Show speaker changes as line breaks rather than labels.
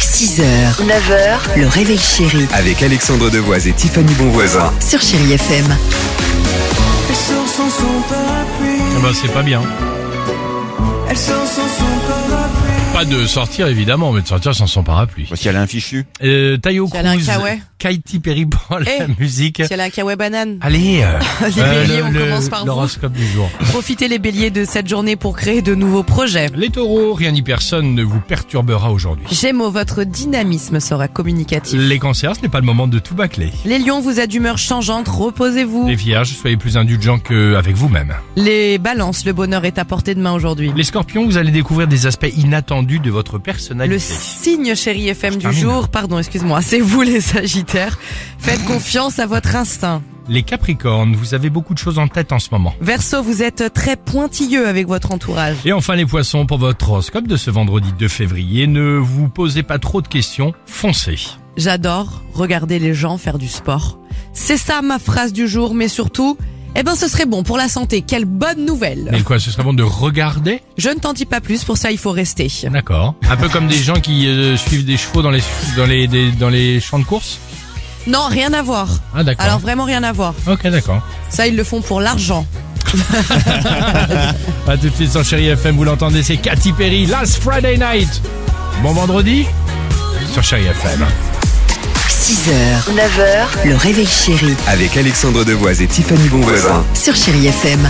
6h, 9h, le réveil chéri
Avec Alexandre Devoise et Tiffany Bonvoisin.
sur Chéri FM.
Elle sort sans son parapluie.
Ah bah, c'est pas bien.
Elle sort sans son parapluie.
Pas de sortir évidemment, mais de sortir sans son parapluie.
Voici Alain Fichu.
Euh, Tayo
Si elle a un
Cruz,
kawaii.
Katy Perry pour la
Eh,
musique.
C'est la kawaii banane.
Allez, euh,
Les
euh,
béliers, on
le-
commence par vous.
l'horoscope du jour.
Profitez les béliers de cette journée pour créer de nouveaux projets.
Les taureaux, rien ni personne ne vous perturbera aujourd'hui.
Gémeaux, votre dynamisme sera communicatif.
Les cancers, ce n'est pas le moment de tout bâcler.
Les lions, vous êtes d'humeur changeante, reposez-vous.
Les vierges, soyez plus indulgents qu'avec vous-même.
Les balances, le bonheur est à portée de main aujourd'hui.
Les scorpions, vous allez découvrir des aspects inattendus de votre personnalité.
Le signe chéri FM du
termine.
jour, pardon, excuse-moi, c'est vous les sagittaires. Faites confiance à votre instinct.
Les capricornes, vous avez beaucoup de choses en tête en ce moment.
Verseau, vous êtes très pointilleux avec votre entourage.
Et enfin les poissons, pour votre horoscope de ce vendredi 2 février, ne vous posez pas trop de questions, foncez.
J'adore regarder les gens faire du sport. C'est ça ma phrase du jour, mais surtout, eh ben ce serait bon pour la santé. Quelle bonne nouvelle
Mais quoi, ce serait bon de regarder
Je ne t'en dis pas plus, pour ça il faut rester.
D'accord. Un peu comme des gens qui euh, suivent des chevaux dans les dans les des- dans les champs de course.
Non, rien à voir.
Ah d'accord.
Alors vraiment rien à voir.
Ok d'accord.
Ça ils le font pour l'argent.
À tout de suite sur Chéri FM. Vous l'entendez, c'est Katy Perry. Last Friday Night. Bon vendredi sur Chéri FM.
6h, 9h, le réveil chéri
Avec Alexandre Devoise et Tiffany Bonvoisin.
sur Chéri FM.